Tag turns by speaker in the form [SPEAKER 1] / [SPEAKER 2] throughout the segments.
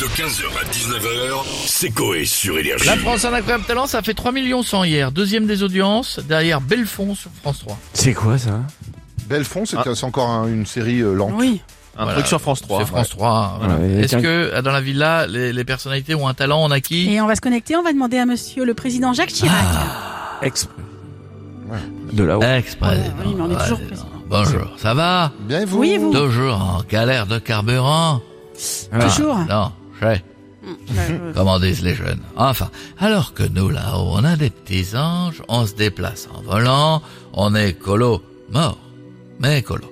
[SPEAKER 1] De 15h à 19h, c'est Coé sur Énergie.
[SPEAKER 2] La France en incroyable talent, ça fait 3 millions 100 hier. Deuxième des audiences, derrière Belfond sur France 3.
[SPEAKER 3] C'est quoi ça
[SPEAKER 4] Belfond, c'est c'est encore un- une série euh, lente.
[SPEAKER 5] Oui.
[SPEAKER 3] Un
[SPEAKER 2] Voilà.
[SPEAKER 3] truc sur France 3.
[SPEAKER 2] Ah. C'est France 3. voilà.
[SPEAKER 3] Ouais, et
[SPEAKER 2] Est-ce
[SPEAKER 3] tiens-
[SPEAKER 2] que ah, dans la villa, les, les personnalités ont un talent On acquis
[SPEAKER 5] Et on va se connecter, on va demander à monsieur le président Jacques Chirac.
[SPEAKER 2] Ah,
[SPEAKER 3] Ouais. Exp- De là-haut.
[SPEAKER 2] Ex-président.
[SPEAKER 5] Ouais, Ah oui, mais on est
[SPEAKER 2] Ouais,
[SPEAKER 5] toujours
[SPEAKER 2] dis donc.
[SPEAKER 5] président.
[SPEAKER 2] Bonjour, ça va
[SPEAKER 4] Bien et vous
[SPEAKER 5] Oui, et vous
[SPEAKER 2] Toujours en galère de carburant
[SPEAKER 3] Ah.
[SPEAKER 5] Toujours.
[SPEAKER 2] Non, je
[SPEAKER 5] Euh,
[SPEAKER 2] comment disent les jeunes. Enfin, alors que nous là-haut, on a des petits anges, on se déplace en volant, on est écolo, mort, mais écolo.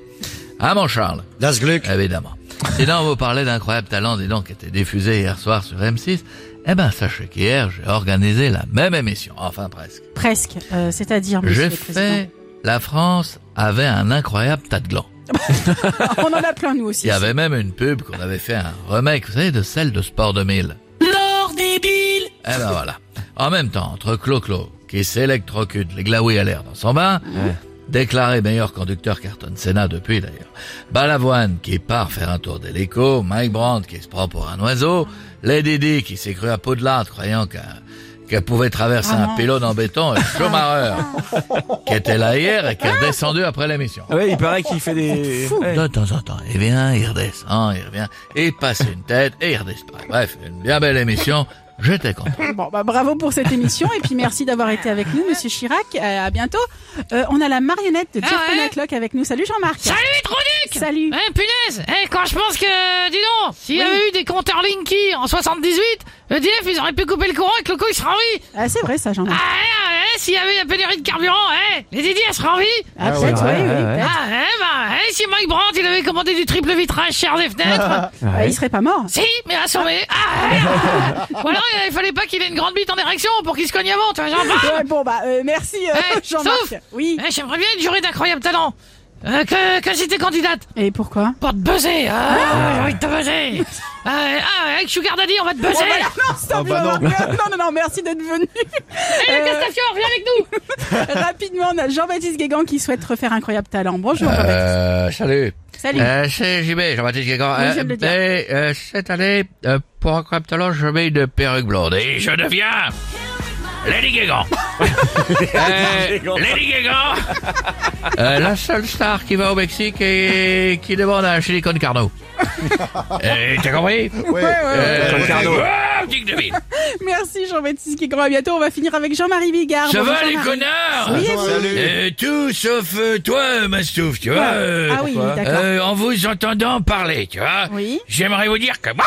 [SPEAKER 2] Ah mon Charles
[SPEAKER 6] Das Glück.
[SPEAKER 2] Évidemment. Sinon, vous parlez d'incroyable talent, dis donc, qui était diffusé hier soir sur M6. Eh ben, sachez qu'hier, j'ai organisé la même émission. Enfin, presque.
[SPEAKER 5] presque. Euh, C'est-à-dire, monsieur
[SPEAKER 2] J'ai
[SPEAKER 5] le président.
[SPEAKER 2] fait La France avait un incroyable tas de glands.
[SPEAKER 5] Ah, On en a plein, nous aussi.
[SPEAKER 2] Il y avait même une pub qu'on avait fait un remake, vous savez, de celle de Sport 2000.
[SPEAKER 5] Nord débile
[SPEAKER 2] Eh ben voilà. En même temps, entre Clo-Clo, qui s'électrocute les glaouis à l'air dans son bain, déclaré meilleur conducteur qu'Ayrton Senna depuis d'ailleurs, Balavoine qui part faire un tour d'hélico, Mike Brandt qui se prend pour un oiseau, Lady Di qui s'est crue à Poudlard croyant qu'un- qu'elle pouvait traverser
[SPEAKER 5] Ah
[SPEAKER 2] un
[SPEAKER 5] non.
[SPEAKER 2] pylône en béton, et Schumacher, qui était là hier et qui est descendu après l'émission.
[SPEAKER 3] Ah Ouais, il paraît qu'il fait des. Ouais.
[SPEAKER 2] De temps en temps, il vient, il redescend, il revient, il passe une tête et il redescend. Bref, une bien belle émission, j'étais content.
[SPEAKER 5] Bon, bah bravo pour cette émission et puis merci d'avoir été avec nous, monsieur Chirac. Euh, à bientôt. Euh, on a la marionnette de Pierre Panacloc avec nous. Salut Jean-Marc.
[SPEAKER 7] Salut Tronic
[SPEAKER 5] Salut.
[SPEAKER 7] Eh punaise Eh quand je pense que, dis donc, s'il y avait eu des compteurs Linky en 78, EDF ils auraient pu couper le courant et que le co il serait en vie
[SPEAKER 5] Ah, c'est vrai ça,
[SPEAKER 7] Ah
[SPEAKER 5] Jean-Marc.
[SPEAKER 7] eh, eh, s'il y avait eu la pénurie de carburant, eh, les Didi elles seraient en vie
[SPEAKER 5] Ah,
[SPEAKER 4] ouais,
[SPEAKER 5] peut-être,
[SPEAKER 3] ouais,
[SPEAKER 5] oui, oui,
[SPEAKER 3] ouais, ouais.
[SPEAKER 5] peut-être.
[SPEAKER 7] Ah eh ben, eh, si Mike Brandt il avait commandé du triple vitrage cher des fenêtres
[SPEAKER 5] Ah, il serait pas mort.
[SPEAKER 7] Si, mais à sauver Ah eh, ah. Ou alors il fallait pas qu'il ait une grande bite en érection pour qu'il se cogne avant, tu vois, genre
[SPEAKER 5] Ouais, bon, bah, euh, merci euh,
[SPEAKER 7] Eh,
[SPEAKER 5] Jean-Marc.
[SPEAKER 7] Ah. sauf-
[SPEAKER 5] Oui.
[SPEAKER 7] Eh, J'aimerais bien une jurée d'incroyable talent Euh, que, que j'étais candidate
[SPEAKER 5] Et pourquoi
[SPEAKER 7] pour te buzzer. Ah, j'ai envie de te buzzer. ah, ah, avec Sugar Daddy, on va te
[SPEAKER 5] Oh,
[SPEAKER 7] buzzer.
[SPEAKER 5] bah, non, stop, Jean-Marc. non, non, non, merci d'être venu.
[SPEAKER 7] Eh, le Castafiore, viens avec nous.
[SPEAKER 5] Rapidement, on a Jean-Baptiste Guégan qui souhaite refaire incroyable talent. Bonjour Jean-Baptiste.
[SPEAKER 2] Euh, salut.
[SPEAKER 5] Ah, Salut.
[SPEAKER 2] Euh, c'est JB, Jean-Baptiste Guégan.
[SPEAKER 5] Oui, je viens de le dire.
[SPEAKER 2] et, euh, cette année, euh, pour un crop talent, je mets une perruque blonde et je deviens Lady Guégan. Euh, Lady Guégan. Euh, la seule star qui va au Mexique et qui demande un chili con carno. Euh, T'as compris
[SPEAKER 4] Ouais.
[SPEAKER 2] Euh,
[SPEAKER 3] Con carne.
[SPEAKER 2] wow, digne de mille.
[SPEAKER 5] Merci Jean-Baptiste Guégan. À bientôt. On va finir avec Jean-Marie Bigard.
[SPEAKER 2] Ça
[SPEAKER 5] Bonjour,
[SPEAKER 2] va les
[SPEAKER 5] Jean-Marie.
[SPEAKER 2] connards
[SPEAKER 5] Oui, et vous
[SPEAKER 4] Salut.
[SPEAKER 2] Euh, Tout sauf euh, toi, Mastouf, tu vois. euh,
[SPEAKER 5] Ah oui, d'accord.
[SPEAKER 2] Euh, en vous entendant parler, tu vois,
[SPEAKER 5] Oui.
[SPEAKER 2] j'aimerais vous dire que moi,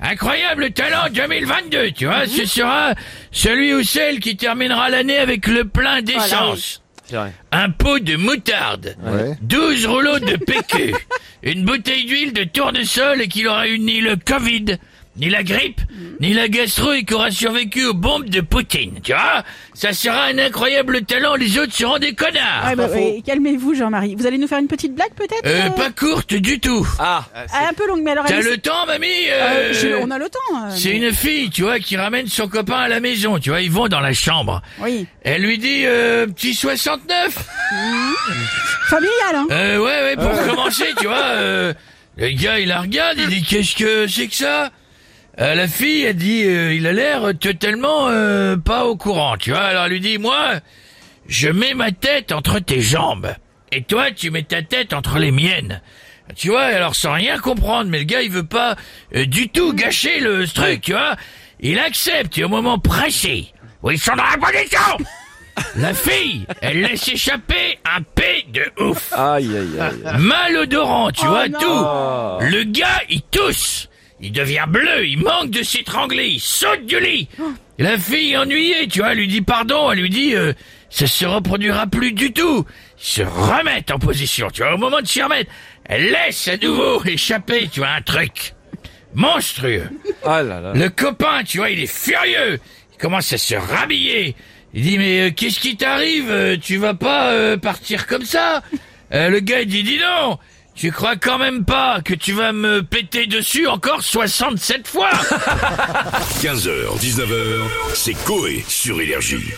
[SPEAKER 2] incroyable talent 2022, tu
[SPEAKER 5] Mhm.
[SPEAKER 2] vois, ce sera celui ou celle qui terminera l'année avec le plein
[SPEAKER 5] Oh
[SPEAKER 2] d'essence,
[SPEAKER 3] C'est vrai.
[SPEAKER 2] un pot de moutarde,
[SPEAKER 4] Ouais.
[SPEAKER 2] 12 rouleaux de PQ, une bouteille d'huile de tournesol et qu'il aura eu ni le Covid, ni la grippe,
[SPEAKER 5] Mm.
[SPEAKER 2] ni la gastro et qui aura survécu aux bombes de Poutine, tu vois, ça sera un incroyable talent, les autres seront des connards.
[SPEAKER 5] Ah, bah, oui, Calmez-vous Jean-Marie. Vous allez nous faire une petite blague peut-être
[SPEAKER 2] Euh,
[SPEAKER 5] euh,
[SPEAKER 2] pas courte du tout.
[SPEAKER 3] Ah,
[SPEAKER 5] Un peu longue, mais alors
[SPEAKER 2] T'as
[SPEAKER 5] allez-
[SPEAKER 2] le temps, mamie
[SPEAKER 5] Euh,
[SPEAKER 2] euh,
[SPEAKER 5] je- on a le temps. euh,
[SPEAKER 2] C'est
[SPEAKER 5] mais-
[SPEAKER 2] une fille, tu vois, qui ramène son copain à la maison, tu vois, ils vont dans la chambre.
[SPEAKER 5] Oui.
[SPEAKER 2] Elle lui dit, euh, petit 69
[SPEAKER 5] Familial, hein
[SPEAKER 2] Euh, ouais, ouais, pour commencer, tu vois, euh, le gars, il la regarde, il dit, qu'est-ce que c'est que ça Euh, La fille, elle dit, euh, il a l'air totalement euh, pas au courant, tu vois, alors elle lui dit, moi, je mets ma tête entre tes jambes, et toi, tu mets ta tête entre les miennes. Tu vois, alors sans rien comprendre, mais le gars, il veut pas euh, du tout gâcher le truc, tu vois. Il accepte, et au moment précis, où ils sont dans la position, la fille, elle laisse échapper un P de ouf
[SPEAKER 3] aïe, aïe, aïe.
[SPEAKER 2] malodorant, tu
[SPEAKER 5] Oh
[SPEAKER 2] vois,
[SPEAKER 5] non.
[SPEAKER 2] tout. Le gars, il tousse. Il devient bleu, il manque de s'étrangler, il saute du lit. La fille ennuyée, tu vois, elle lui dit pardon, elle lui dit euh, ça se reproduira plus du tout. Ils se remettent en position, tu vois, au moment de s'y remettre, elle laisse à nouveau échapper, tu vois, un truc monstrueux.
[SPEAKER 3] Ah là là.
[SPEAKER 2] Le copain, tu vois, il est furieux. Il commence à se rhabiller. Il dit mais euh, qu'est-ce qui t'arrive Euh, Tu vas pas euh, partir comme ça Euh, Le gars il dit dis non. Tu crois quand même pas que tu vas me péter dessus encore 67 fois
[SPEAKER 1] 15h, 19h, c'est Coé sur Énergie.